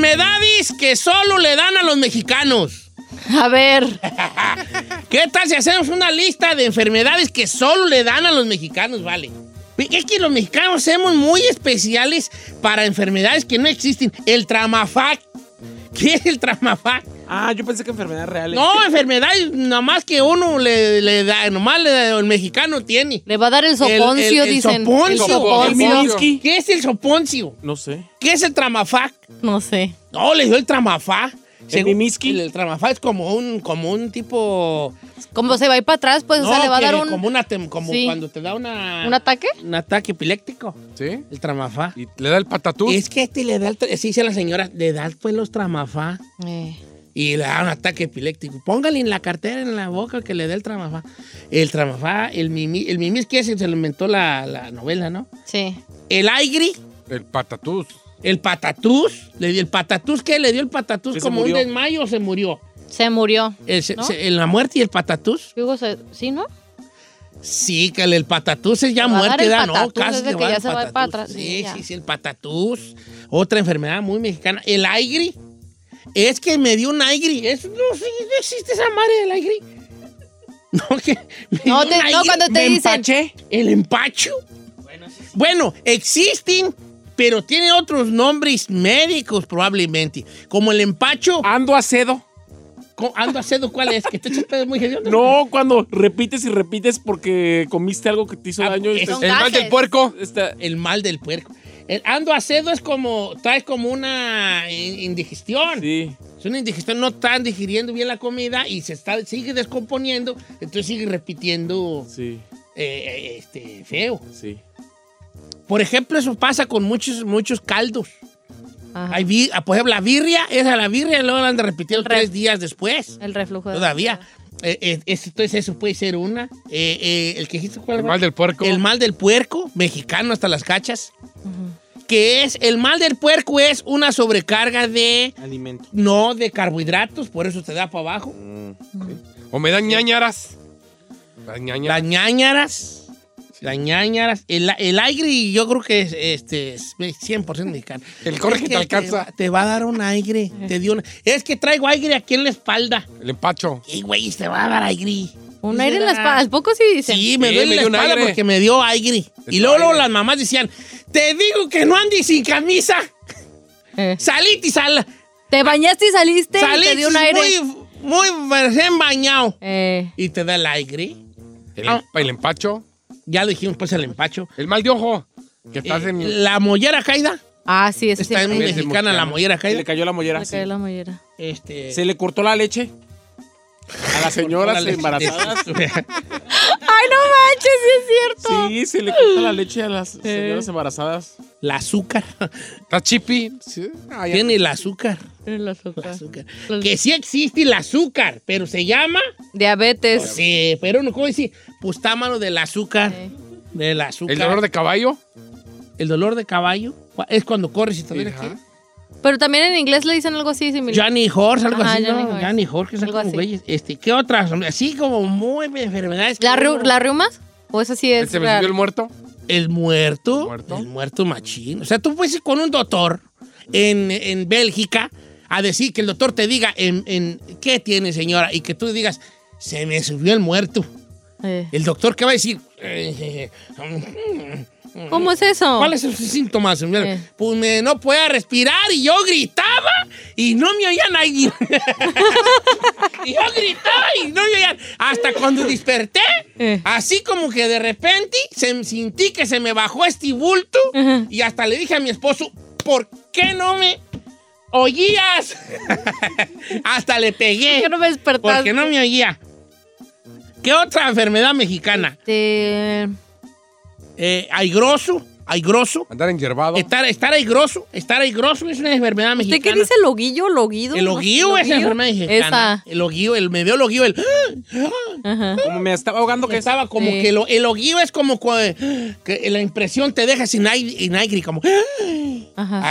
país que solo le dan a los mexicanos. A ver. ¿Qué tal si hacemos una lista de enfermedades que solo le dan a los mexicanos, vale? Es que los mexicanos somos muy especiales para enfermedades que no existen. El tramafac. ¿Qué es el tramafac? Ah, yo pensé que ¿eh? enfermedades reales. No, enfermedades nomás que uno le, le da, nomás le da- el mexicano tiene. Le va a dar el soponcio, el dicen. soponcio. El soponcio. El Minsky. ¿Qué es el soponcio? No sé. ¿Qué es el tramafac? No sé. No, le dio el tramafá. Según- mimiski? El, el tramafá es como un, como un tipo. Como se va a ir para atrás, pues, o sea, no, le va a que dar un, Como, una tem- como Sí. cuando te da una. un ataque. un ataque epiléptico. ¿Sí? El tramafá. Y le da el patatús. Es que este le da el. tra- Sí, dice la señora, le da pues los tramafá. Eh, Y le da un ataque epiléptico. Póngale en la cartera, en la boca, que le dé el tramafá. El tramafá, el mimi. El mimi es que se, se lo inventó la, la novela, ¿no? sí. El aigri, El patatús. el patatús. Le dio el patatús, ¿qué? Le dio el patatús Sí, se como un murió. desmayo o se murió. Se murió. El- se- ¿No? se- en la muerte y el patatús. Digo, se- ¿sí, no? Sí, que el, el patatús es ya Le va a dar muerte, el da, no, patatús, casi es de le que va ya el se va patatús. para atrás, sí, Sí, ya. sí, sí, el patatús. Otra enfermedad muy mexicana. El aigri. Es que me dio un aigri. Es, no, sí, no existe esa madre del aigri. No, que. me No, dio un te- no, aigri. cuando te Me dicen- empaché. El empacho. Bueno, existen, pero tienen otros nombres médicos probablemente. Como el empacho. Ando a cedo. co- Ando haciendo cuál es, que te echas pedos muy hediondo. No, cuando repites y repites porque comiste algo que te hizo Ah, daño. y es- te- Son El mal gases. del puerco. Está- el mal del puerco. El ando acedo es como, traes como una in- indigestión. sí. Es una indigestión, no están digiriendo bien la comida y se está, sigue descomponiendo, entonces sigue repitiendo Sí, eh, este, feo. sí. Por ejemplo, eso pasa con muchos, muchos caldos. Ajá. Hay vi- por ejemplo, la birria, esa la birria luego la andan repitiendo El re- Pues, tres días después, El reflujo. de- todavía. Eh, eh, es- entonces eso puede ser una. Eh, eh, el que dijiste, ¿cuál El era? mal del puerco. El mal del puerco, mexicano hasta las cachas. Que es, el mal del puerco es una sobrecarga de, Alimento. no de carbohidratos, por eso te da para abajo. O me dan ñañaras. Las Las ñañaras. ñañaras, las ñañaras, el, el aire yo creo que es, este, es 100% mexicano. El corre Es que te alcanza. va- Te, va a dar un aire, te dio una- es que traigo aire aquí en la espalda. El empacho. Y güey, te va a dar aire. "Ah, Un aire en la espalda espalda. ¿A poco sí dicen? Sí, me Sí, duele me la dio un espalda aire. porque me dio aire. Te Y dio luego, luego aire. las mamás decían, te digo que no andes sin camisa. Eh. Salite y sal, Te bañaste y saliste y te salite dio un aire. muy, muy recién bañado. Eh, Y te da el aire. El, Ah. empa- el empacho. Ya dijimos pues el empacho. El mal de ojo. Que estás Eh, en. la mollera caída. ah, sí, eso sí. Está en me- muy- mexicana la mexicana. mollera Se caída. le cayó la mollera. me sí. cayó la mollera. Este, Se le cortó la leche. A las señoras órale, embarazadas. Ay, no manches, sí es cierto. Sí, se le cortó la leche a Eh. las señoras embarazadas. el azúcar. Está chipi. Sí. Ah, ya. Tiene el azúcar. El azúcar. El azúcar. Los- Que sí existe el azúcar, pero se llama... Diabetes. Sí, pero no, ¿cómo decir? Pues está mano del azúcar. Sí. Del azúcar. El dolor de caballo. El dolor de caballo cua- es cuando corres y te duele Ajá. aquí. Pero también en inglés le dicen algo así similar. Johnny Horse, algo Ajá, así, Johnny ¿no? Horse. Johnny Horse, que son Algo como así. güeyes. Este, ¿Qué otras? Así como muy enfermedades. ¿La, como ru- ¿La reumas? ¿O eso sí es Se me subió el real? muerto. El muerto, el ¿El muerto. muerto? machín. O sea, tú puedes ir con un doctor en, en Bélgica a decir que el doctor te diga en, en qué tiene, señora, y que tú digas, se me subió el muerto. Eh. El doctor, ¿qué va a decir? ¿Cómo es eso? ¿Cuáles son sus síntomas? señora? Eh. Pues me- no podía respirar y yo gritaba y no me oía nadie. y yo gritaba y no me oían. Hasta cuando desperté, Eh. así como que de repente se me- sentí que se me bajó este bulto y hasta le dije a mi esposo, ¿por qué no me oías? hasta le pegué. ¿Por qué no me despertaste? Porque no me oía. ¿Qué otra enfermedad mexicana? Este, Eh, aigroso, aigroso. Andar enyerbado. Estar, estar aigroso, estar aigroso es una enfermedad ¿Usted mexicana. qué dice el oguillo? ¿Loguido? El oguío es una enfermedad mexicana. Esa. El oguío, el me dio el oguío, el... Ajá. Como me estaba ahogando que que estaba como Sí. que lo- el oguío es como cua- que la impresión te deja sin aire, sin aire, como... Ajá.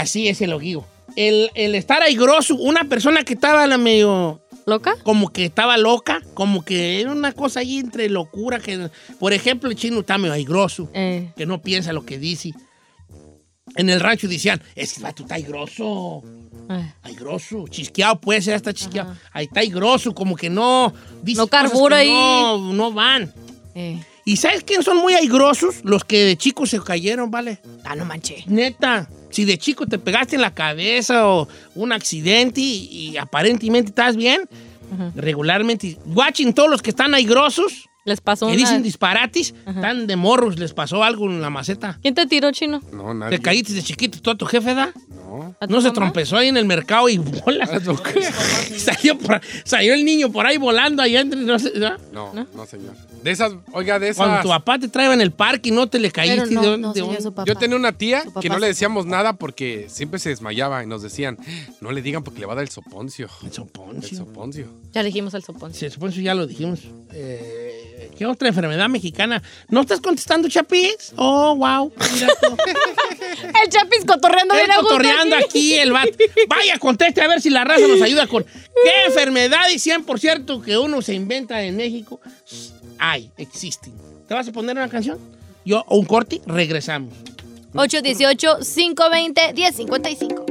Así es el oguío. El, el estar aigroso, una persona que estaba la medio... ¿Loca? como que estaba loca, como que era una cosa ahí entre locura que, por ejemplo, el chino está medio aigroso, Eh. que no piensa lo que dice. En el rancho decían, es que va, tú estás aigroso. Ah. Ay, grosso. Chisqueado, pues, ya está chisqueado. Ahí está, y grosso, como que no. dice No cosas que carbura ahí. No, no van. Eh, ¿Y sabes quiénes son muy aigrosos? Los que de chicos se cayeron, ¿vale? ah, no manché. Neta, si de chico te pegaste en la cabeza o un accidente y, y aparentemente estás bien, regularmente, watching todos los que están aigrosos, Les pasó que una... dicen disparates, Ajá. están de morros, les pasó algo en la maceta. ¿Quién te tiró, chino? No, Ah, nadie. Te caíste de chiquito, tú a tu jefe, ¿da? No. ¿A tu No se mamá? trompezó ahí en el mercado y bola. salió, por- salió el niño por ahí volando allá entre, no sé, ¿da? No, no, señor. De esas, oiga, de Cuando esas. tu papá te trae en el parque y no te le Pero caíste. no, ¿de dónde- no, de señor, dónde? su papá. Yo tenía una tía Su papá que no sí. le decíamos nada porque siempre se desmayaba y nos decían, no le digan porque le va a dar el soponcio. El El soponcio. soponcio. Ya le dijimos al sopón. Sí, supongo que ya lo dijimos. Eh, ¿Qué otra enfermedad mexicana? ¿No estás contestando, Chapis? Oh, wow. Mira tú. El chapis cotorreando bien Está a gusto cotorreando aquí el vato. Vaya, conteste a ver si la raza nos ayuda con qué enfermedad y 100% que uno se inventa en México. Hay, existen. ¿Te vas a poner una canción? Yo, o un corte, regresamos. 818-520-1055.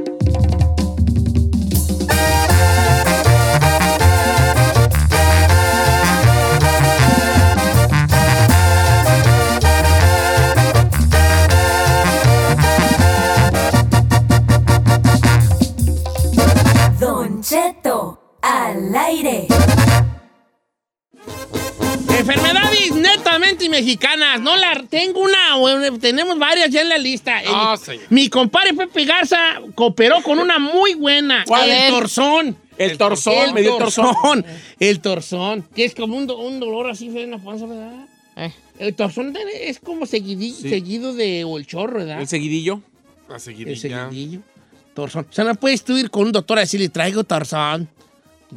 Don Cheto, al aire. Enfermedades netamente mexicanas. No la tengo una, bueno, tenemos varias ya en la lista. Ah, El- señor. Mi compadre Pepe Garza cooperó con una muy buena. ¿Cuál? El torzón. El torzón, me dio el torzón. El torzón. Que es como un, do- un dolor así feo en la panza, ¿verdad? Eh. El torzón de- es como seguidi- Sí. seguido de o el chorro, ¿verdad? El seguidillo. A seguir. El seguidillo. Torzón. O sea, no puedes tú ir con un doctor a decirle, traigo torzón.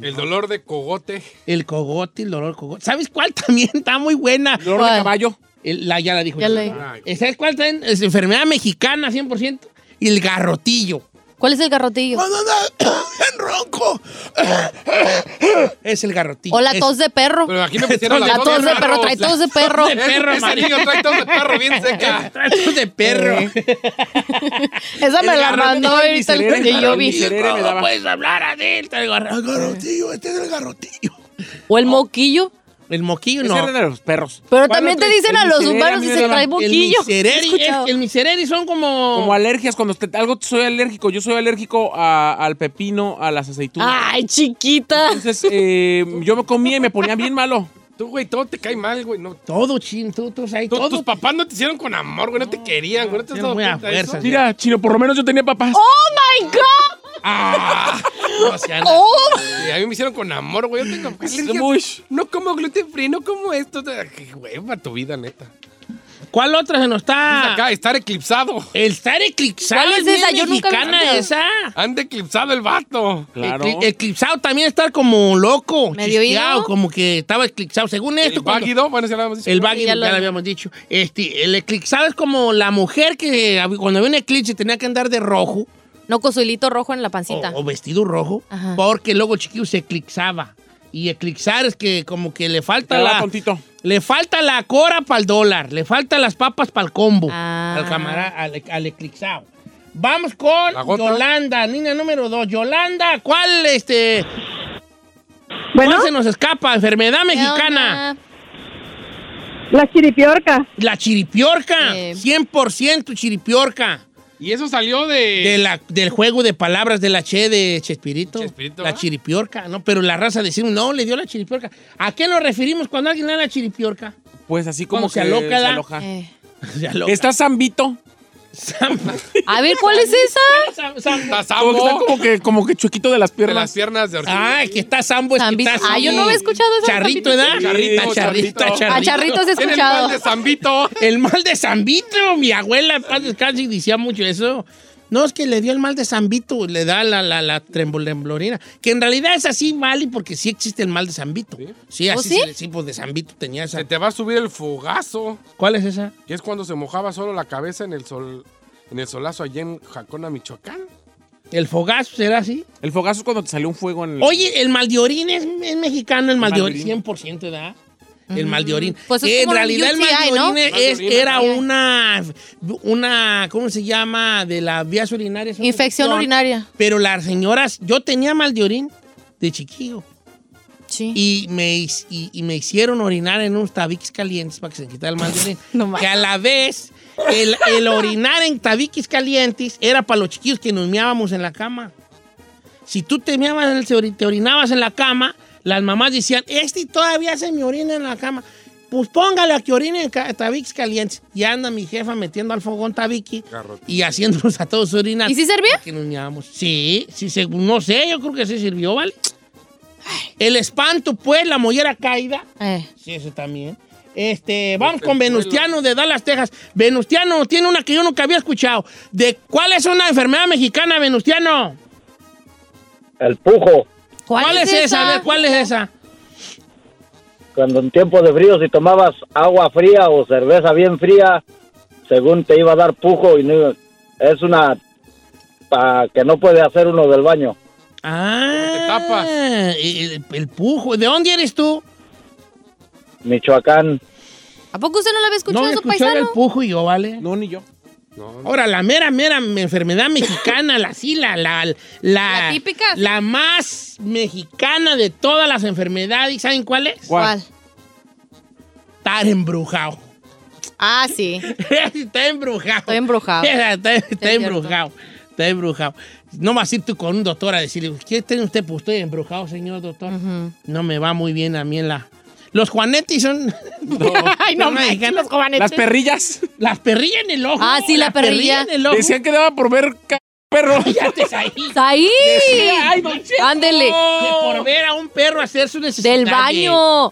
El dolor de cogote. El cogote, el dolor cogote. ¿Sabes cuál también está muy buena? Dolor ¿Cuál? de caballo. El- la, ya la dijo. Ya la dijo. Ah, ¿Sabes cuál también? Es enfermedad mexicana, 100%. Y el garrotillo. ¿Cuál es el garrotillo? Cuando anda en ronco. es el garrotillo. O la Es- tos de perro. Pero aquí me pusieron La tos de perro, trae tos de perro. de perro, perro, Ese amarillo. niño trae tos de perro bien seca. Trato Ah, de perro. Eh, Esa me El la garrotillo mandó de ahorita el miserere, que yo vi. miserere. Cerere me daba. No puedes hablar a él. El gar- el garrotillo, este es el garrotillo. O el moquillo. El moquillo Ese no. era de los perros. Pero ¿Cuál también te otro? dicen El a los miserere, a humanos mí y me se daba- trae El moquillo. misereri, es- el misereri son como... Como alergias, cuando te- algo soy alérgico. Yo soy alérgico a- al pepino, a las aceitunas. Ay, chiquita. Entonces, eh, yo me comía y me ponía bien malo. Tú, güey, todo te cae mal, güey. No, todo, chin, tú, tú, o sea, tú- todo. Tus papás no te hicieron con amor, güey. No te querían, güey. No te has Eran dado muy a cuenta de eso? fuerzas. Mira, chino, por lo menos yo tenía papás. ¡Oh, my God! Ah, no, se anda. ¡Oh! Y a mí me hicieron con amor, güey. Yo tengo alergias. Uy. No como gluten free, no como esto. Qué hueva tu vida, neta. ¿Cuál otra se nos está...? Acá estar eclipsado. El estar eclipsado ¿Cuál es es bien esa? Yo nunca la mexicana escuché. esa. Anda eclipsado el vato. Claro. Ecli- eclipsado también estar como loco, Medio chisqueado, ido. como que estaba eclipsado. Según esto, El cuando- váguido, bueno, se lo habíamos dicho. El baggy, Ya ya, lo- lo habíamos dicho. Este, el eclipsado es como la mujer que hab- cuando había un eclipse tenía que andar de rojo No, con su hilito rojo en la o, pancita. o vestido rojo Ajá. porque luego el chiquillo se eclipsaba. Y eclipsar es que como que le falta Te la la... tontito. Le falta la cora para el dólar, le faltan las papas para el combo, Ah. al camarada, al, al eclipsado. Vamos con La gota. Yolanda, niña número dos. Yolanda, ¿cuál este? Bueno, ¿Cuál se nos escapa? Enfermedad mexicana. la chiripiorca. La chiripiorca. Eh. 100% chiripiorca. Y eso salió de. De la- del juego de palabras de la Che de Chespirito. Chespirito, la ¿ah? chiripiorca, ¿no? Pero la raza decimos, no, le dio la chiripiorca. ¿A qué nos referimos cuando alguien le da la chiripiorca? Pues así Cuando como se que aloca, ¿da? aloja. Eh. Ya lo- Está zambito. A ver, ¿cuál es esa? Sam- Sam- Está Como que está Sambo. como que, como que chuequito de las De las piernas. piernas de orquídea. Ah, que está Sambo. Es que Zambito. está Ah, yo no así. había escuchado eso, Charrito, Zambito. ¿verdad? Charrito, Charrito, charrito, charrito. charrito. A charritos he Tiene el mal escuchado. de Zambito. El mal de Zambito. Mi abuela, en paz descanse, decía mucho eso. No, es que le dio el mal de Zambito, le da la, la, la trembolemblorina. Que en realidad es así, vale, porque sí existe el mal de Zambito. Sí, ¿Oh, así sí? se le- sí, pues de Zambito tenía esa. Se te va a subir el fogazo. ¿Cuál es esa? Que es cuando se mojaba solo la cabeza en el sol. En el solazo allá en Jacona, Michoacán. ¿El fogazo será así? El fogazo es cuando te salió un fuego en el. Oye, el mal de orín es, es mexicano, el mal de orín, Maldorín. 100%, ¿verdad? el mal de orín. Pues es Que en como un realidad el mal UTI, de ¿no? orín es- Mal de orín, era ajá. una, una, ¿cómo se llama? De las vías urinarias. una Infección urinaria. Pero las señoras, yo tenía mal de orín de chiquillo Sí. y me, his- y, y me hicieron orinar en unos tabiques calientes para que se me quitara el mal de orín. No más. que a la vez, el, el orinar en tabiques calientes era para los chiquillos que nos meábamos en la cama. Si tú te meabas, en el- te ori- te orinabas en la cama, las mamás decían, este todavía se me orina en la cama. Pues póngale a que orine en ca- tabiques calientes. Y anda mi jefa metiendo al fogón tabique Garrote. y haciéndonos a todos orinar. ¿Y si servía? Que nos meábamos. Sí, sí, se- no sé, yo creo que sí sirvió, ¿vale? El espanto, pues, la mollera caída. Eh. Sí, eso también. Este, vamos con Venustiano de Dallas, Texas. Venustiano tiene una que yo nunca había escuchado. ¿De cuál es una enfermedad mexicana, Venustiano? El pujo. ¿Cuál, es esa? A ver, ¿cuál es esa? Cuando en tiempo de frío, si tomabas agua fría o cerveza bien fría, según te iba a dar pujo y no, es una pa, que no puede hacer uno del baño. Ah, Te tapas. El, el pujo. ¿De dónde eres tú? Michoacán, ¿A poco usted no la había escuchado, no había su escuchado paisano? el pujo y yo, ¿vale? No, ni yo. No, no. Ahora, la mera, mera enfermedad mexicana, la sí, la, la, la, La típica. La más mexicana de todas las enfermedades. ¿Saben cuál es? ¿Cuál? Estar embrujado. Ah, sí. está embrujado. Estoy embrujado. Está, está cierto. embrujado. Está embrujado. No vas a ir tú con un doctor a decirle, ¿qué tiene usted? Pues estoy embrujado, señor doctor. Ujú. No me va muy bien a mí en la... Los juanetis son... Ay, no son manches, mexicanos. los jóvenes. Las perrillas. Las perrillas en el ojo. Ah, sí, la Las perrilla. en el ojo. Decían que daba por ver ca- perro. Cállate ahí. ¡Ahí! Ay, don Cheto. Ándele. Que por ver a un perro hacer su necesidad. ¡Del de- baño!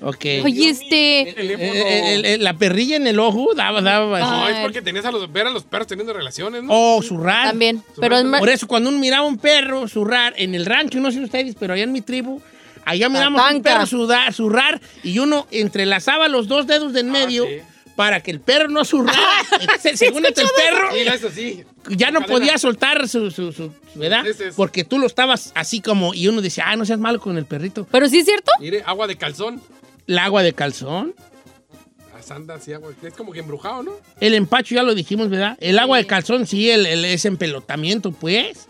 Ok. Oye, este... Eh, el- el- la perrilla en el ojo daba, daba. No, Ay. es porque tenías a los, ver a los perros teniendo relaciones, ¿no? Oh, zurrar. También. Pero es más... Por eso, cuando uno miraba un perro zurrar en el rancho, no sé ustedes, pero allá en mi tribu, allá miramos un tanca. perro sudar- zurrar y uno entrelazaba los dos dedos de en medio Ah, sí. para que el perro no zurrara. Entonces, según esto, el perro Sí, Oh, eso sí. ya no Cadena. podía soltar su, su, su- su- ¿verdad? Sí, sí, sí. Porque tú lo estabas así como, y uno decía, ah, no seas malo con el perrito. ¿Pero sí es cierto? Mire, agua de calzón. El agua de calzón, Las andas y agua. Es como que embrujado, ¿no? el empacho ya lo dijimos, ¿verdad? El agua de calzón, sí, el, el- ese empelotamiento, pues.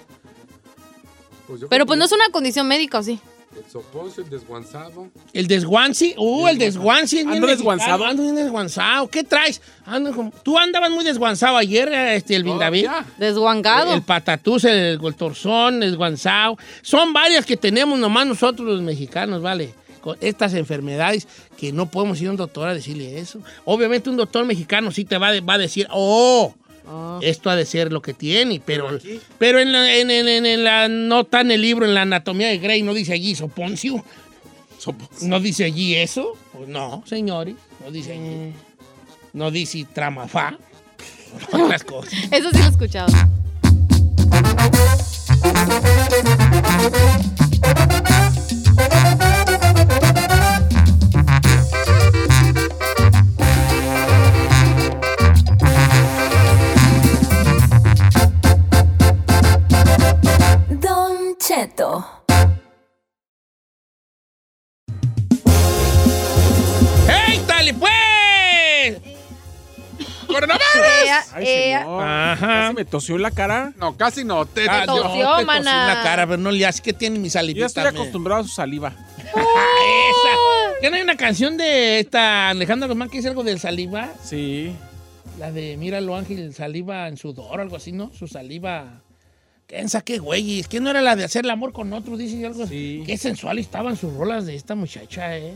Pues yo Pero creo pues que no es una condición médica, ¿o sí? El soponcio, el desguanzado. El desguanci, uh, el desguanci. es bien ¿Ando mexicano. desguanzado? Ando bien desguanzado. ¿Qué traes? Ando como- Tú andabas muy desguanzado ayer, eh, este, el Oh, Vindavid. ya. Desguangado. el patatús, el, el torzón, el desguanzado. Son varias que tenemos nomás nosotros los mexicanos, ¿vale? Con estas enfermedades que no podemos ir a un doctor a decirle eso. Obviamente un doctor mexicano sí te va, de- va a decir, oh, Oh. esto ha de ser lo que tiene, pero, aquí. pero en, la, en, en- en- en la nota, en el libro, en la anatomía de Grey, no dice allí soponcio. Eh. ¿No dice allí eso? Pues no, señores. No dice allí. No dice tramafá. Otras cosas. Eso sí lo he escuchado. Ah. Don Cheto. ¡Hey, dale, pues! ¡Coronavirus! Ay, Eh, señor. Ajá. Ya se me tosió en la cara. No, casi no. Te, Ah, tosió, no, te tosí mana. en la cara, pero no le haces que tiene mi Yo ya salivita. estoy me? acostumbrado a su saliva. Ah, ¡Esa! ¿Ya no hay una canción de esta Alejandra Guzmán que dice algo del saliva? Sí. La de Míralo Ángel, saliva en sudor, algo así, ¿no? Su saliva. Piensa qué güey, es que no era la de hacer el amor con otro, dice algo. Sí. Qué sensual estaban sus rolas de esta muchacha, ¿eh?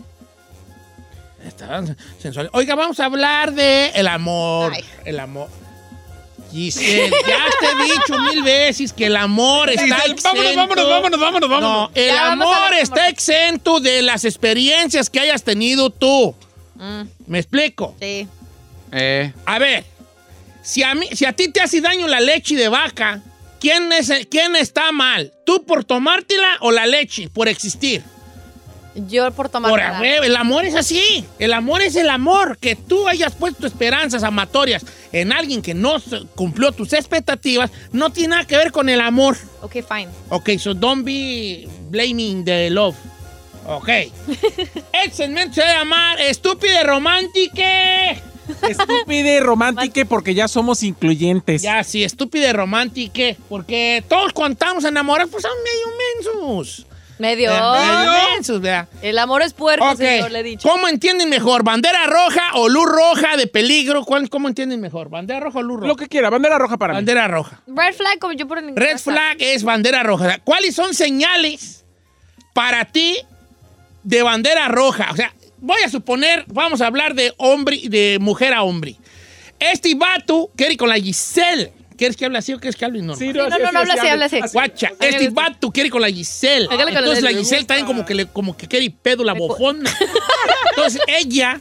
Estaban sen- sensuales. Oiga, vamos a hablar de el amor. Ay. El amor. Giselle, ya te he dicho mil veces que el amor está Giselle, exento. vámonos, vámonos, vámonos, vámonos, No, vámonos. el Ya, vamos a amor hablar de está amor. exento de las experiencias que hayas tenido tú. Mm, ¿Me explico? sí. Eh. A ver, si a, mí, si a ti te hace daño la leche de vaca, ¿quién, es, el- ¿quién está mal? ¿Tú por tomártela o la leche por existir? Yo por tomar... Por nada. a huevo, el amor es así. El amor es el amor. Que tú hayas puesto esperanzas amatorias en alguien que no se- cumplió tus expectativas no tiene nada que ver con el amor. Ok, fine. Ok, so don't be blaming the love. Ok. El segmento se va a llamar Estúpide Romántica. Estúpide romántica porque ya somos incluyentes. Ya, sí, estúpide romántica. Porque todos contamos enamorados, pues son medio mensos. Medio. Medio mensos, ¿verdad? El amor es puerco, Ok. señor, le he dicho. ¿Cómo entienden mejor? ¿Bandera roja o luz roja de peligro? ¿Cuál- ¿Cómo entienden mejor? ¿Bandera roja o luz roja? Lo que quiera, bandera roja para mí. Bandera roja. Red flag, como yo por en Red flag es bandera roja. ¿Cuáles son señales para ti de bandera roja? O sea, voy a suponer, vamos a hablar de hombre, de mujer a hombre. Este vato quiere ir con la Giselle. ¿Quieres que hable así o quieres que hable normal? Sí, No, no, no, no, habla así, habla así. Guacha, me este gusta. vato quiere ir con la Giselle. Hágale con la Entonces la Giselle. Giselle también como que, le, como que quiere ir pedo la bofona. Entonces ella,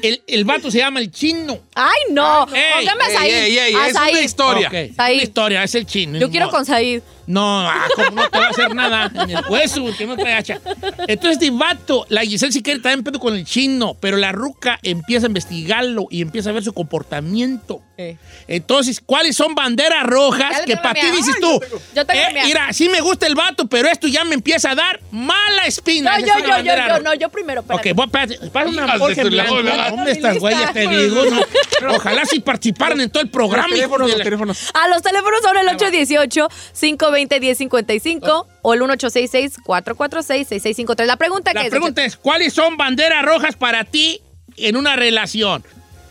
el, el vato se llama el chino. ¡Ay, Ah, no! Póngame a Ey, Said. ey, ey, a es una Said. historia. Ok, es Said. una historia, es el chino. Yo ni quiero modo. con Said. No, ah, como no te va a hacer nada en el hueso, que no trae hacha. Entonces, este vato, la Giselle si quiere también pedo con el chino, pero la ruca empieza a investigarlo y empieza a ver su comportamiento. Eh. Entonces, ¿cuáles son banderas rojas Ya le que tengo para la ti mía. dices Ay, tú? Eh, yo tengo la mía. mira, sí me gusta el vato, pero esto ya me empieza a dar mala espina. No, Esa es yo, una yo, yo, bandera yo, roja. no, yo primero. Ok, espérate. voy a pasa- pasa una Hijas de bolsa tu en blanco. lado, la- ¿Dónde estas lista. güeyes? Te digo, no. Ojalá si participaran en todo el programa. Los hijo teléfonos, de los la- teléfonos. A los teléfonos son el 818-520-1055 o el 1866-446-6653. La pregunta que La es. pregunta es, ¿cuáles son banderas rojas para ti en una relación?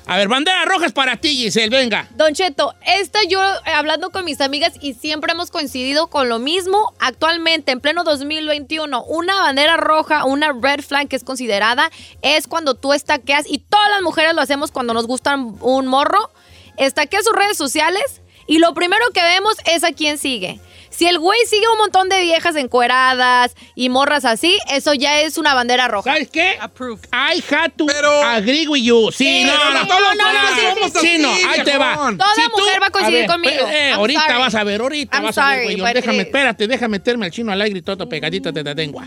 A ver, banderas rojas para ti, Giselle, venga. Don Cheto, esta yo eh, hablando con mis amigas y siempre hemos coincidido con lo mismo. Actualmente, en pleno 2021, una bandera roja, una red flag que es considerada, es cuando tú estaqueas, y todas las mujeres lo hacemos cuando nos gusta un morro, estaqueas sus redes sociales y lo primero que vemos es a quién sigue. Si el güey sigue un montón de viejas encueradas y morras así, eso ya es una bandera roja. ¿Sabes qué? Approved. I had to Pero- agree with you. Sí, Sí, no, pero no, todos los hombres no, somos Chino, así, ahí te va. viejón. Toda Si tú- mujer va a coincidir ver, conmigo. eh, I'm ahorita sorry. vas a ver, ahorita I'm vas a ver, sorry, güeyón. but it Déjame, is. espérate, déjame meterme al chino al aire y todo pegadita te tengo.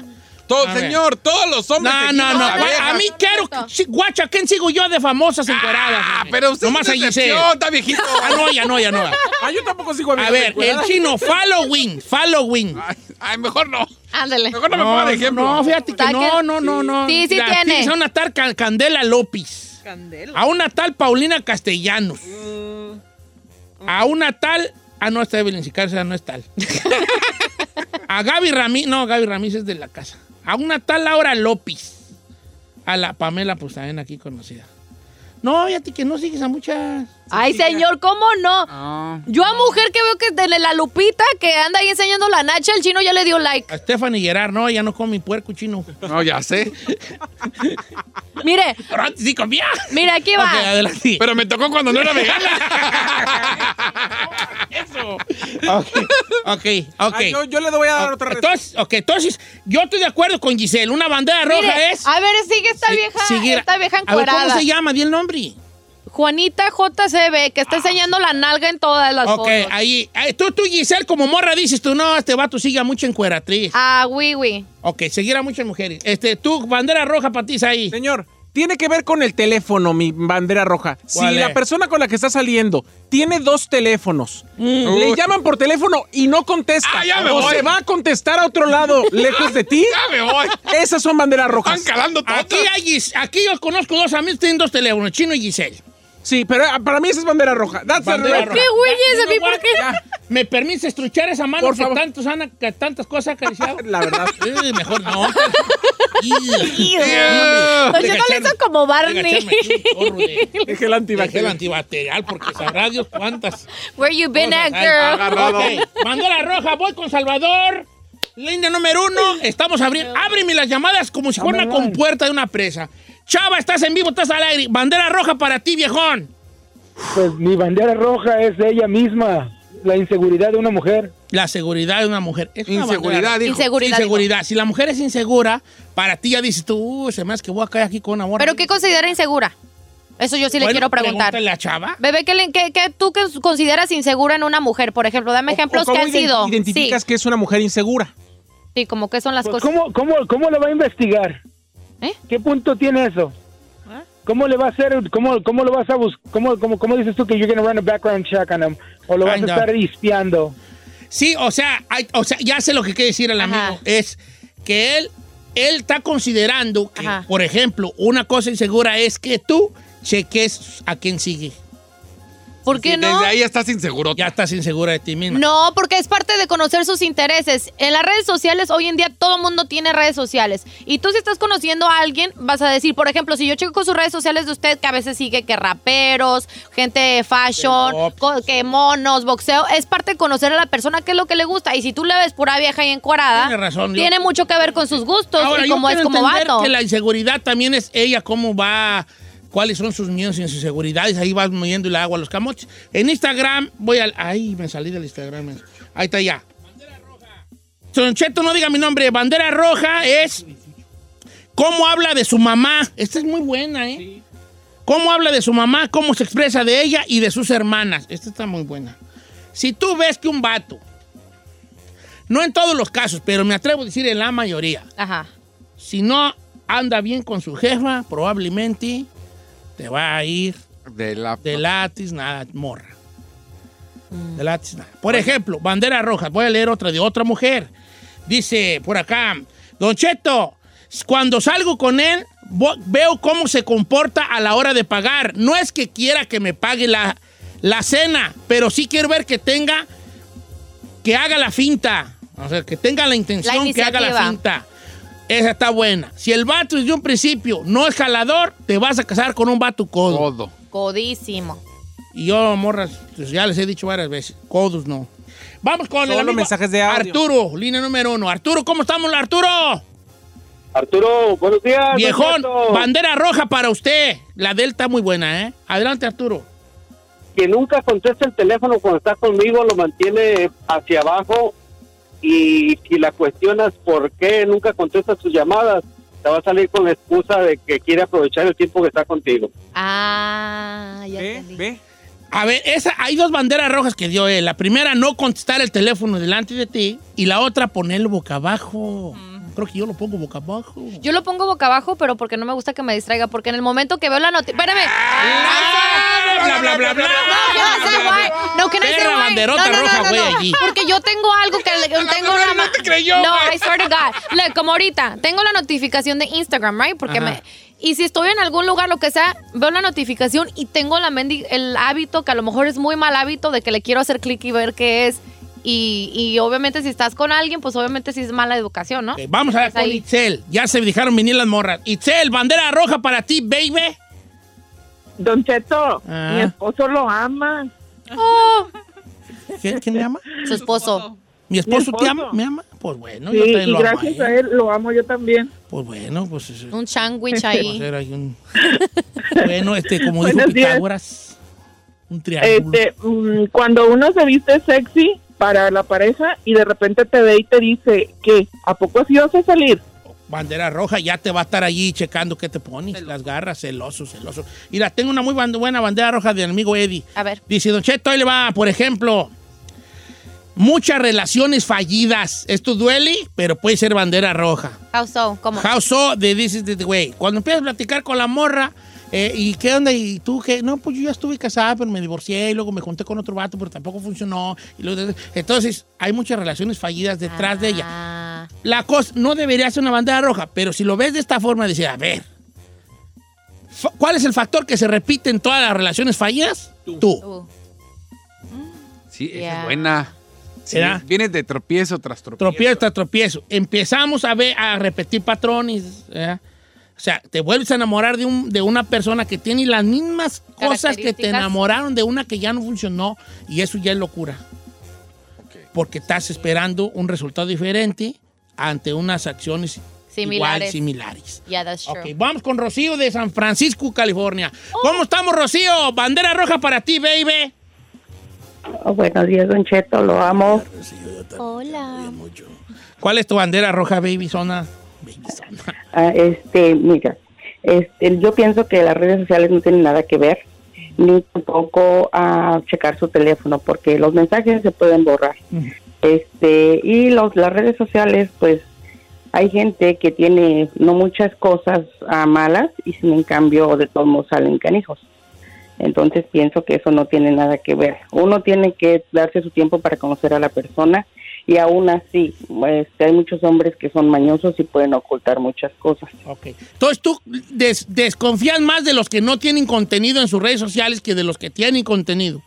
Todo, A ver. señor, todos los hombres. No, seguimos no, no. a la vieja. A mí quiero... que- sí, Guacho, ¿a quién sigo yo de famosas encueradas? Ah, pero usted Nomás es una a Giselle. excepción, está viejito. Ah, no, ya no, ya no. Ah, yo tampoco sigo A ver, el chino, following, following. Ay, ay, mejor no. Ándale. Mejor Ah, no me ponga de ejemplo. No, fíjate que Está no, que- no, no, no. Sí, sí Mira, tiene. tienes A una tal Can- Candela López. A una tal Paulina Castellanos. Mm, A una tal. Ah, no, está Evelyn Sicario, esa no es tal. a Gaby Ramírez. No, Gaby Ramírez es de la casa. A una tal Laura López. A la Pamela, pues también aquí conocida. No, fíjate que no sigues a muchas. Ay, señor, ¿cómo no? Ah. Yo a mujer que veo que tiene la lupita que anda ahí enseñando la nacha, el chino ya le dio like. A Stephanie Gerard, no, ya no come puerco chino. No, ya sé. Mire, Pero antes sí comía. mire, aquí va. Ok, adelante. Pero me tocó cuando no era vegana. Eso. Ok, ok. Ah, yo, yo le voy a dar otra respuesta. Entonces, ok, entonces, yo estoy de acuerdo con Giselle. Una bandera Mire, roja es. A ver, sigue esta si- vieja, seguir- esta vieja A ver, encuerada. ¿cómo se llama? Di el nombre. Juanita JCB, que está enseñando la nalga en todas las Ok, fotos. ahí. ahí, Tú, tú, Giselle, como morra, dices tú, no, este vato sigue a mucha encueratriz. Ah, oui, oui. Ok, seguir a muchas mujeres. Este, tú, bandera roja para ti, ahí. Señor, tiene que ver con el teléfono, mi bandera roja. Si ¿Cuál la es? persona con la que está saliendo tiene dos teléfonos, le Uy. llaman por teléfono y no contesta, Ah, ya me o voy. se va a contestar a otro lado lejos de ti, Ya me voy. esas son banderas Están rojas. calando todo. Aquí, hay, Gis- aquí yo conozco dos amigos, tienen dos teléfonos, Chino y Giselle. Sí, pero ah, para mí esa es bandera roja. That's a Bandera red roja. ¿Qué güeyes? ¿A mí Ya, por qué? ya. ¿Me permites estruchar esa mano Por que, favor. tantos han- que tantas cosas ha acariciado? flag. La verdad. Eh, mejor no. Don Cheto Pues le hizo como Barney. Barney. Dejé el Dejé el antibacterial. antibacterial porque sabrá Dios cuántas. Where you been cosas at, hay. girl? Agarrado. Ok, Bandera roja, voy con Salvador. Línea número uno, estamos abriendo. Ábreme las llamadas como si fuera una compuerta de una presa. Chava, estás en vivo, estás al aire. Bandera roja para ti, viejón. Pues mi bandera roja es ella misma, la inseguridad de una mujer. La seguridad de una mujer. Es una bandera Inseguridad, dijo. Inseguridad. digo. Inseguridad. Si la mujer es insegura, para ti ya dices tú, "Uy, se me hace que voy a caer aquí con una morra. ¿Pero qué considera insegura? Eso yo sí le Bueno, quiero preguntar. pregúntale a Chava. Bebé, ¿qué, le- qué- qué tú que consideras insegura en una mujer? Por ejemplo, dame O- o ejemplos que cómo han iden- sido. Sí, Identificas que es una mujer insegura. sí, como que son las Pues, cosas. ¿cómo, cómo, ¿Cómo lo va a investigar? ¿Eh? ¿Qué punto tiene eso? ¿Cómo le va a hacer? ¿Cómo, cómo lo vas a buscar? ¿Cómo, cómo, ¿Cómo dices tú que you're going run a background check on him? ¿O lo vas Kinda. a estar espiando? Sí, o sea, hay- o sea, ya sé lo que quiere decir el Ajá. amigo. Es que él él está considerando que, Ajá. por ejemplo, una cosa insegura es que tú cheques a quién sigue. ¿Por qué no? Desde ahí ya estás inseguro. Ya estás insegura de ti misma. No, porque es parte de conocer sus intereses. En las redes sociales, hoy en día todo mundo tiene redes sociales. Y tú si estás conociendo a alguien, vas a decir, por ejemplo, si yo checo sus redes sociales de usted, que a veces sigue que raperos, gente de fashion, Que mops. co- que monos, boxeo, es parte de conocer a la persona qué es lo que le gusta. Y si tú le ves pura vieja y encuadrada, Tiene razón, yo- tiene mucho que ver con sus gustos Ahora, y yo cómo es quiero como entender vato. que la inseguridad también es ella, cómo va, cuáles son sus miedos y sus inseguridades. Ahí vas moviendo el agua a los camotes. En Instagram, voy al. Ay, me salí del Instagram. Ahí está ya. Don Cheto, no diga mi nombre. Bandera roja es. ¿Cómo habla de su mamá? Esta es muy buena, ¿eh? ¿Cómo habla de su mamá? ¿Cómo se expresa de ella y de sus hermanas? Esta está muy buena. Si tú ves que un vato, no en todos los casos, pero me atrevo a decir en la mayoría, Ajá. si no anda bien con su jefa, probablemente te va a ir De la... de latis, nada, morra. De latis, nada. Por ejemplo, bandera roja. Voy a leer otra de otra mujer. Dice por acá, Don Cheto, cuando salgo con él, vo- veo cómo se comporta a la hora de pagar. No es que quiera que me pague la, la cena, pero sí quiero ver que tenga, que haga la finta. O sea, que tenga la intención que haga la iniciativa. finta. Esa está buena. Si el vato desde un principio no es jalador, te vas a casar con un vato codo. Todo. Codísimo. Y yo, morras, pues ya les he dicho varias veces, codos no. Vamos con el Solo amigo mensajes de audio. Arturo, línea número uno. Arturo, ¿cómo estamos, Arturo? Arturo, buenos días. don Viejón, Cheto. bandera roja para usted. La delta muy buena, ¿eh? Adelante, Arturo. que nunca contesta el teléfono cuando está conmigo, lo mantiene hacia abajo y si la cuestionas por qué nunca contesta sus llamadas, te va a salir con la excusa de que quiere aprovechar el tiempo que está contigo. Ah, ya ¿Ve? entendí. ¿Eh? ¿Ve? A ver, esa, hay dos banderas rojas que dio él. La primera, no contestar el teléfono delante de ti. Y la otra, ponerlo boca abajo. Mm. Creo que yo lo pongo boca abajo. Yo lo pongo boca abajo, pero porque no me gusta que me distraiga, porque en el momento que veo la noticia. Espérame. Ah, bla, bla, bla, bla, bla. No, que no sé, guay. No, que no Perra sé, guay. Ah. banderota No, no, no, roja, no, güey, no. allí. Porque yo tengo algo que le- tengo una ma- No, I swear to God. Look, como ahorita, tengo la notificación de Instagram, right? Porque Ajá. me y si estoy en algún lugar, lo que sea, veo la notificación y tengo la mendi- el hábito, que a lo mejor es muy mal hábito, de que le quiero hacer clic y ver qué es. Y, y obviamente si estás con alguien, pues obviamente si es mala educación, ¿no? Ok, vamos a ver con Ahí. Itzel. Ya se dejaron venir las morras. Itzel, bandera roja para ti, baby. Don Cheto, Ah. mi esposo lo ama. ¿Quién, quién me ama? Su esposo. ¿Mi esposo, te esposo. ama? ¿Me ama? Pues bueno, Sí, yo también y lo amo. a gracias él. a él lo amo yo también. Pues bueno, pues eso- Un sandwich va a ahí. ser ahí un- bueno, este, como dijo Buenos días. Pitágoras, un triángulo. Este, mm, cuando uno se viste sexy para la pareja y de repente te ve y te dice que a poco así vas a salir. Bandera roja, ya te va a estar allí checando qué te pones, las garras, celoso, celoso. Mira, tengo una muy ban- buena bandera roja de mi amigo Eddie. A ver. Dice, Don Cheto, ahí le va, por ejemplo, muchas relaciones fallidas. Esto duele, pero puede ser bandera roja. How so? ¿Cómo? How so de This is the Way. Cuando empiezas a platicar con la morra, eh, ¿y qué onda? ¿Y tú qué? No, pues yo ya estuve casada, pero me divorcié y luego me junté con otro vato, pero tampoco funcionó. Y luego- entonces, hay muchas relaciones fallidas detrás de ella. Ah, La cosa no debería ser una bandera roja, pero si lo ves de esta forma, decir, a ver, fa- ¿cuál es el factor que se repite en todas las relaciones fallidas? Tú. tú. Sí, esa Ya. es buena. Sí, ¿Será? Vienes de tropiezo tras tropiezo. Tropiezo tras tropiezo. Empezamos a ver, a repetir patrones. ¿verdad? O sea, te vuelves a enamorar de, un, de una persona que tiene las mismas cosas que te Características. enamoraron de una que ya no funcionó. Y eso ya es locura. Porque estás esperando un resultado diferente ante unas acciones igual Similares. similares. Yeah, that's true. Ok, vamos con Rocío de San Francisco, California. Oh. ¿Cómo estamos, Rocío? Bandera roja para ti, baby. buenos días, Oh, Don Cheto, lo amo. Hola. ¿Cuál es tu bandera roja, baby zona? Baby zona. Ah, este, mira, este, yo pienso que las redes sociales no tienen nada que ver, ni tampoco a checar su teléfono, porque los mensajes se pueden borrar. Este, y los, las redes sociales, pues, hay gente que tiene no muchas cosas ah, malas y sin en cambio de todos modos salen canijos. Entonces pienso que eso no tiene nada que ver. Uno tiene que darse su tiempo para conocer a la persona y aún así pues, hay muchos hombres que son mañosos y pueden ocultar muchas cosas. Entonces tú des- desconfías más de los que no tienen contenido en sus redes sociales que de los que tienen contenido.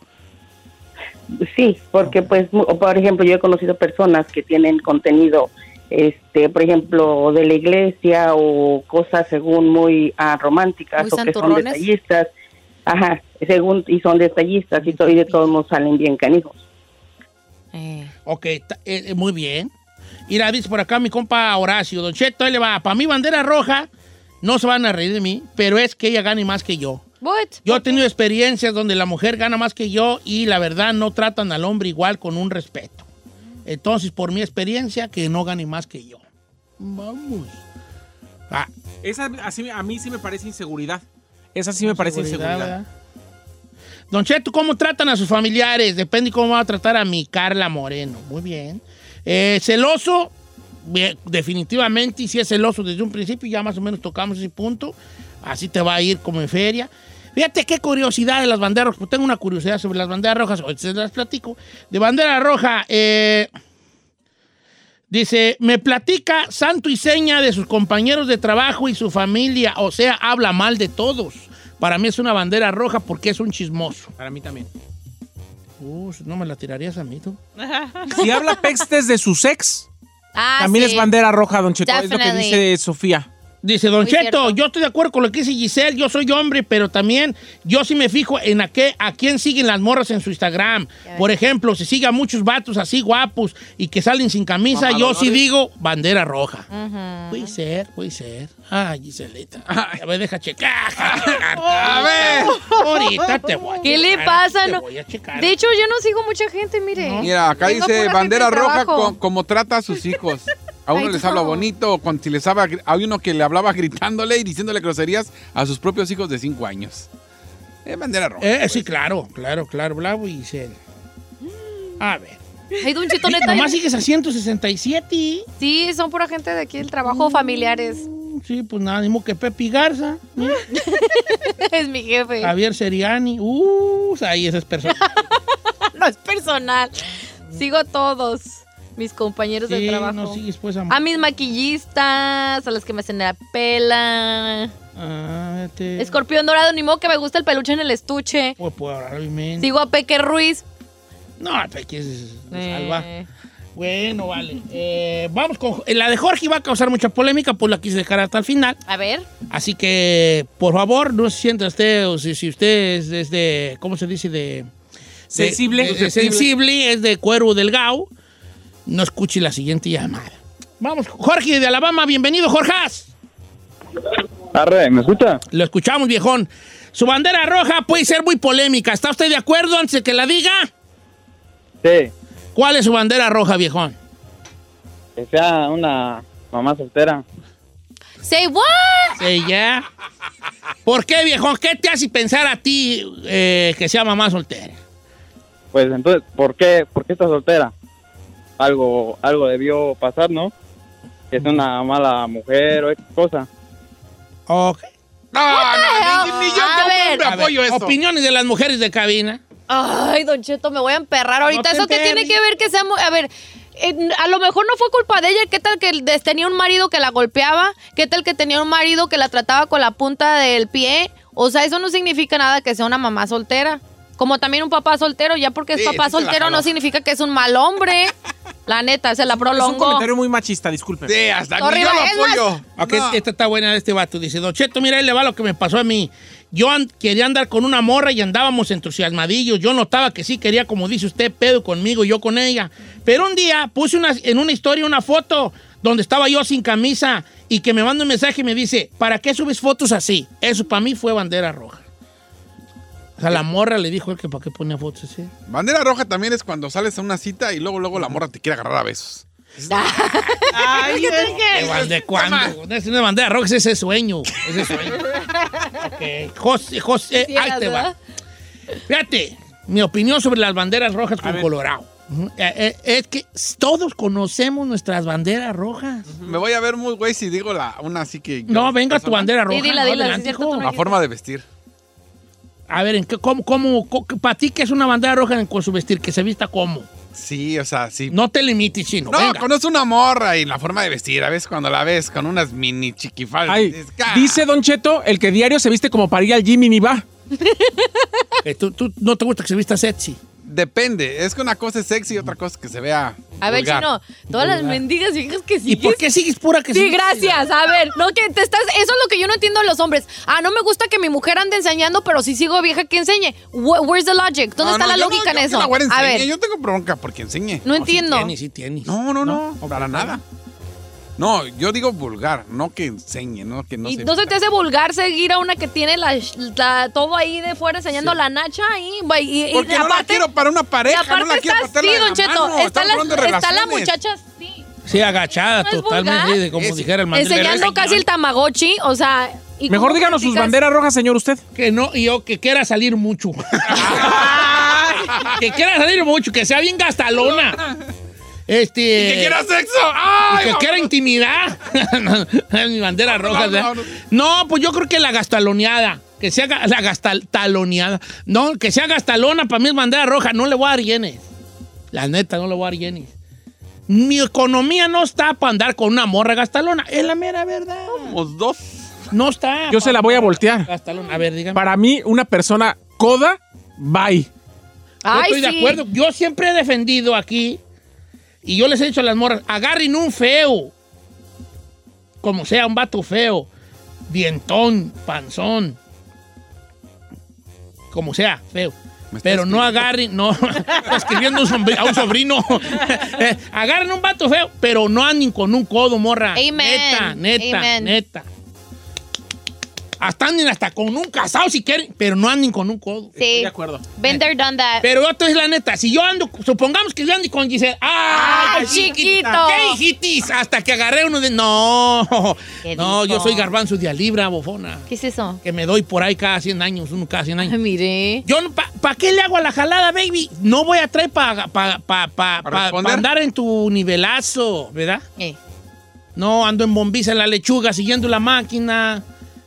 Sí, porque pues, mu- por ejemplo, yo he conocido personas que tienen contenido, este, por ejemplo, de la iglesia o cosas según muy ah, románticas Muy o que son santurrones. detallistas, ajá, según y son detallistas y, to- y de todos modos salen bien canijos. Ok, ta- eh, eh, muy bien. Mira, dice por acá mi compa Horacio, Don Cheto, ahí le va. Para mi bandera roja, no se van a reír de mí, pero es que ella gane más que yo. Yo he tenido experiencias donde la mujer gana más que yo y la verdad no tratan al hombre igual con un respeto. Entonces, por mi experiencia, que no gane más que yo. Vamos. Ah, Esa así, a mí sí me parece inseguridad. Esa sí me parece Inseguridad, inseguridad. Don Cheto, ¿cómo tratan a sus familiares? Depende cómo va a tratar a mi Carla Moreno. Muy bien. Eh, celoso, bien, definitivamente, y si es celoso desde un principio, ya más o menos tocamos ese punto. Así te va a ir como en feria. Fíjate qué curiosidad de las banderas rojas. Pues tengo una curiosidad sobre las banderas rojas. Hoy se las platico. De bandera roja, eh, dice, me platica santo y seña de sus compañeros de trabajo y su familia. O sea, habla mal de todos. Para mí es una bandera roja porque es un chismoso. Para mí también. Uh, no me la tirarías a mí, tú. Si habla pestes de su sex, Ah, también sí. es bandera roja, don Cheto. Es lo que Definitely. dice Sofía. Dice Don Muy Cheto, cierto. yo estoy de acuerdo con lo que dice Giselle, yo soy hombre, pero también yo sí me fijo en a, qué, a quién siguen las morras en su Instagram. Por ejemplo, si sigue a muchos vatos así guapos y que salen sin camisa, yo sí digo bandera roja. Puede ser, puede ser. Ay, Giselita. A ver, deja checar. a ver, ahorita te voy a ¿Qué checar, le pasa? Te No. voy a checar. De hecho, yo no sigo mucha gente, mire. Mira, acá Tengo dice pura bandera gente de roja trabajo. co- como trata a sus hijos. A uno Ay, les habla no. bonito, o cuando si les habla, gri- hay uno que le hablaba gritándole y diciéndole groserías a sus propios hijos de 5 años. Es bandera roja. Eh, sí, claro, claro, claro, Bravo y Giselle. A ver. Ay, Don Cheto, neta. Nomás sigues a 167. Sí, son pura gente de aquí, el trabajo, familiares. Sí, pues nada, mismo que Pepe Garza, mira, Mm. es mi jefe. Javier Seriani, uh, ahí esas personas. No es personal. Sigo a todos mis compañeros de Sí, trabajo. no sigues pues a... A mis maquillistas, a las que me hacen la pela. Ah, te- Escorpión dorado, ni modo que me gusta el peluche en el estuche. Pues probablemente. Sigo a Peque Ruiz. No, te quieres salvar. Eh, Bueno, vale. Eh, vamos con... La de Jorge va a causar mucha polémica, pues la quise dejar hasta el final. a ver. Así que, por favor, no se sienta usted, o si, si usted es desde, ¿cómo se dice? De, de- Sensible. Eh, de- de eh, sensible, es de cuero delgado. No escuche la siguiente llamada. Vamos, Jorge de Alabama, bienvenido, Jorjas. Arre, ¿me escucha? Lo escuchamos, viejón. Su bandera roja puede ser muy polémica. ¿Está usted de acuerdo antes de que la diga? Sí, ¿Cuál es su bandera roja, viejón? que sea una mamá soltera. Say what? Sí, ya. ¿Por qué, viejón? ¿Qué te hace pensar a ti eh, que sea mamá soltera? Pues entonces, ¿por qué, por qué está soltera? Algo, algo debió pasar, ¿no? Que es una mala mujer o X cosa. Ok. No, no, hell? ni, ni yo A como ver. hombre A ver, apoyo eso. Opiniones de las mujeres de cabina. Ay, Don Cheto, me voy a emperrar ahorita. te ¿Eso qué tiene emperres. que ver que sea... mu- A ver, eh, a lo mejor no fue culpa de ella. ¿Qué tal que des- tenía un marido que la golpeaba? ¿Qué tal que tenía un marido que la trataba con la punta del pie? O sea, eso no significa nada que sea una mamá soltera. Como también un papá soltero. Ya porque es Sí, papá sí se la soltero no jaló. significa que es un mal hombre. La neta, se la Es un prolongó. comentario muy machista, disculpe. Sí, hasta que Horrible, yo lo es más- apoyo. Ok, No. esta está buena de este vato. Dice, Don Cheto, mira, ahí le va lo que me pasó a mí. Yo an- quería andar con una morra y andábamos entusiasmadillos. Yo notaba que sí quería, como dice usted, pedo conmigo, yo con ella. Pero un día puse una, en una historia una foto donde estaba yo sin camisa y que me manda un mensaje y me dice, ¿para qué subes fotos así? Eso para mí fue bandera roja. O sea, la morra le dijo él que para qué ponía fotos así. Bandera roja también es cuando sales a una cita y luego, luego la morra te quiere agarrar a besos. Ay, Igual de cuándo. Es una bandera roja, es ese sueño. Ese sueño. Ok, José, José, Sí, ahí te va. ¿verdad? Fíjate, mi opinión sobre las banderas rojas con ver. Colorado. Ujú. Eh, eh, Es que todos conocemos nuestras banderas rojas. Me voy a ver muy güey si digo la, una así que... No, venga tu bandera roja. Sí, dila, no, dila, adelante, sí, cierto, hijo. tú La forma de vestir. A ver, ¿en qué, ¿cómo, cómo, para ti qué es una bandera roja en- con su vestir? Que se vista como. Sí, o sea, sí. No te limites, chino. No, venga. conoce una morra y la forma de vestir. A veces cuando la ves con unas mini chiquifaldas. Ay, dices, "Ah, dice Don Cheto, el que diario se viste como para ir al gym y ni va. Eh, ¿Tú, tú no te gusta que se vista sexy? Depende. Es que una cosa es sexy y otra cosa es que se vea. A ver, vulgar. chino, todas las mendigas viejas que sigues. por qué sigues pura que Sí, sigues? gracias. A ver, no que te estás. Eso es lo que yo no entiendo de los hombres. Ah, no me gusta que mi mujer ande enseñando, pero si sigo vieja que enseñe. Wh- Where's the logic? No, ¿Dónde está no, la yo no- lógica en yo que eso? la güera a enseñe, ver, Yo tengo bronca porque enseñe. no entiendo. Sí, tienes, sí, tienes. No, no, no. para nada. No, yo digo vulgar, no que enseñe, no que no ¿Y se no se vista. te hace vulgar seguir a una que tiene la, la- todo ahí de fuera enseñando la nacha ahí? güey? Y, y Porque no la aparte, quiero para una pareja, y aparte no la quiero está para así, de Don la Cheto. mano, está, estamos hablando de la, está la relaciones. muchachada así, Sí, agachada, ¿No es totalmente, vulgar? de- como dijera el mandril. enseñando casi el tamagotchi, o sea... ¿y Mejor cómo díganos sus criticas? banderas rojas, señor, usted. Que no, y yo que quiera salir mucho. que quiera salir mucho, que sea bien gastalona. Este. Y que quiera sexo. Y ¡Ay, que vamos! quiera intimidad. Mi bandera roja. vámonos, ¿verdad? vámonos. No, pues yo creo que la gastaloneada. Que sea ga- la gastaloneada. No, que sea gastalona para mí es bandera roja. No le voy a dar yenes. La neta, no le voy a dar yenes. Mi economía no está para andar con una morra gastalona. Es la mera verdad. Somos dos. No está. Yo se la voy a voltear. Gastalona. A ver, dígame. Para mí, una persona coda, bye. Yo Ay, estoy de sí. acuerdo. Yo siempre he defendido aquí, y yo les he dicho a las morras, agarren un feo. Como sea, un vato feo. Dientón, panzón. Como sea, feo. Me está Pero no agarren, no, está escribiendo un sombri- a un sobrino. Eh, agarren un vato feo, pero no anden con un codo, morra. Amen. Neta, neta, Amen. neta. Hasta anden hasta con un casado si quieren, pero no anden con un codo. Sí. acuerdo. Been there, done that. Pero yo te voy a decir la neta, si yo ando, supongamos que yo ando con Giselle. ¡Ay, ¡Ay, chiquito! ¡Qué hijitis! Hasta que agarré uno de. No, ¿Qué no, dijo? yo soy garbanzo de a libra, bofona. ¿Qué es eso? Que me doy por ahí cada 100 años, uno cada 100 Ay, años. mire. Yo, ¿para qué le hago a la jalada, baby? No voy a traer para ¿Para responder? andar en tu nivelazo, ¿verdad? Eh. No, ando en bombiza en la lechuga, siguiendo la máquina,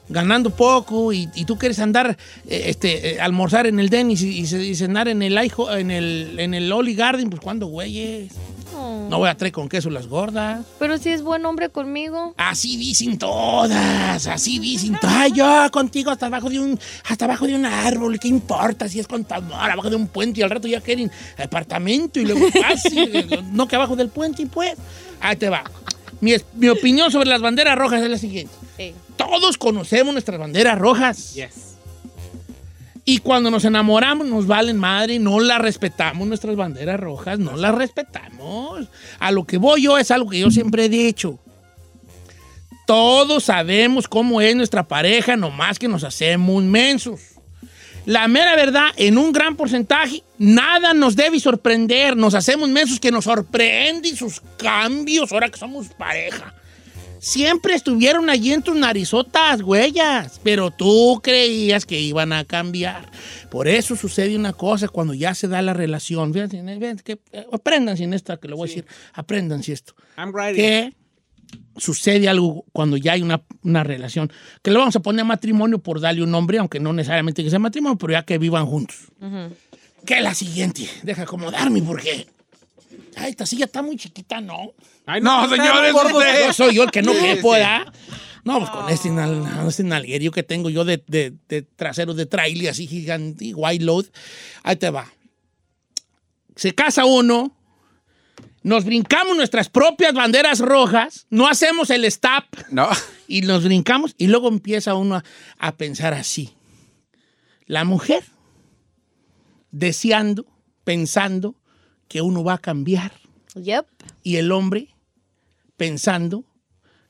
ganando poco, y, y tú quieres andar, eh, este, eh, almorzar en el Dennis y, y ce- y cenar en el, Iho- en el en el Oli Garden, pues cuando güeyes. Oh. No voy a traer con queso las gordas. Pero si es buen hombre conmigo. Así dicen todas, así dicen todas. Ay, yo contigo hasta abajo de un, hasta abajo de un árbol, ¿qué importa si es con tu amor? Abajo de un puente y al rato ya quieren apartamento y luego casi, no que abajo del puente y pues, ahí te va. Mi, es- mi opinión sobre las banderas rojas es la siguiente. Sí. Todos conocemos nuestras banderas rojas. Y cuando nos enamoramos nos valen madre, no las respetamos, nuestras banderas rojas, no las respetamos. A lo que voy yo es algo que yo siempre he dicho. Todos sabemos cómo es nuestra pareja, nomás que nos hacemos mensos. La mera verdad, en un gran porcentaje, nada nos debe sorprender. Nos hacemos mensos que nos sorprenden sus cambios ahora que somos pareja. Siempre estuvieron allí en tus narizotas, huellas, pero tú creías que iban a cambiar. Por eso sucede una cosa cuando ya se da la relación. Fíjense, fíjense que, eh, apréndanse en esta que le voy a decir, apréndanse esto. Que sucede algo cuando ya hay una, una relación, que le vamos a poner matrimonio por darle un nombre, aunque no necesariamente que sea matrimonio, pero ya que vivan juntos. Que la siguiente, deja acomodarme porque... Ay, esta silla está muy chiquita, ¿no? No, señores, usted. Pues, Yo soy yo el que no Sí, Ah. me sí. pueda. No, pues con este, nal- con este nalguerío que tengo yo de, de- de trasero de trailer así gigante, white load. Ahí te va. Se casa uno, nos brincamos nuestras propias banderas rojas, no hacemos el stop No. y nos brincamos y luego empieza uno a, a pensar así. La mujer deseando, pensando que uno va a cambiar Yep. y el hombre pensando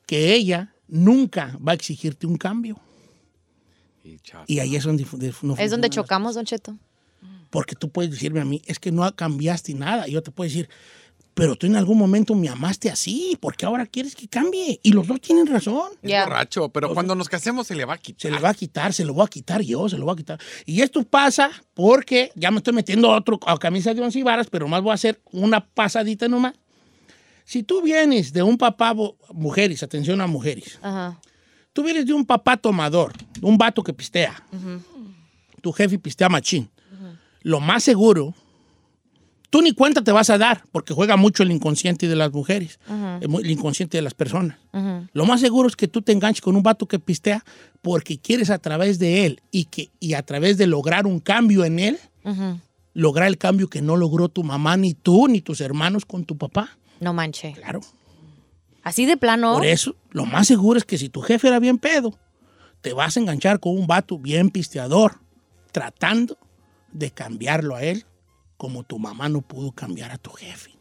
que ella nunca va a exigirte un cambio. Y ahí es donde, fu- de- no Es donde funcionan las- chocamos, Don Cheto. Porque tú puedes decirme a mí, es que no cambiaste nada. Y yo te puedo decir, pero tú en algún momento me amaste así, porque ahora quieres que cambie. Y los dos tienen razón. Es Ya. borracho, pero cuando nos casemos se le va a quitar. Se le va a quitar, se lo voy a quitar yo, se lo voy a quitar. Y esto pasa porque ya me estoy metiendo a otro a camisa de once varas, pero más voy a hacer una pasadita nomás. Si tú vienes de un papá, bo- mujeres, atención a mujeres, Ajá. Tú vienes de un papá tomador, de un vato que pistea. Tu jefe pistea machín. Lo más seguro, tú ni cuenta te vas a dar, porque juega mucho el inconsciente de las mujeres, eh, el inconsciente de las personas. Lo más seguro es que tú te enganches con un vato que pistea porque quieres a través de él y, que, y a través de lograr un cambio en él, lograr el cambio que no logró tu mamá, ni tú, ni tus hermanos con tu papá. No manche. Claro. Así de plano. Por eso, lo más seguro es que si tu jefe era bien pedo, te vas a enganchar con un vato bien pisteador, tratando de cambiarlo a él como tu mamá no pudo cambiar a tu jefe.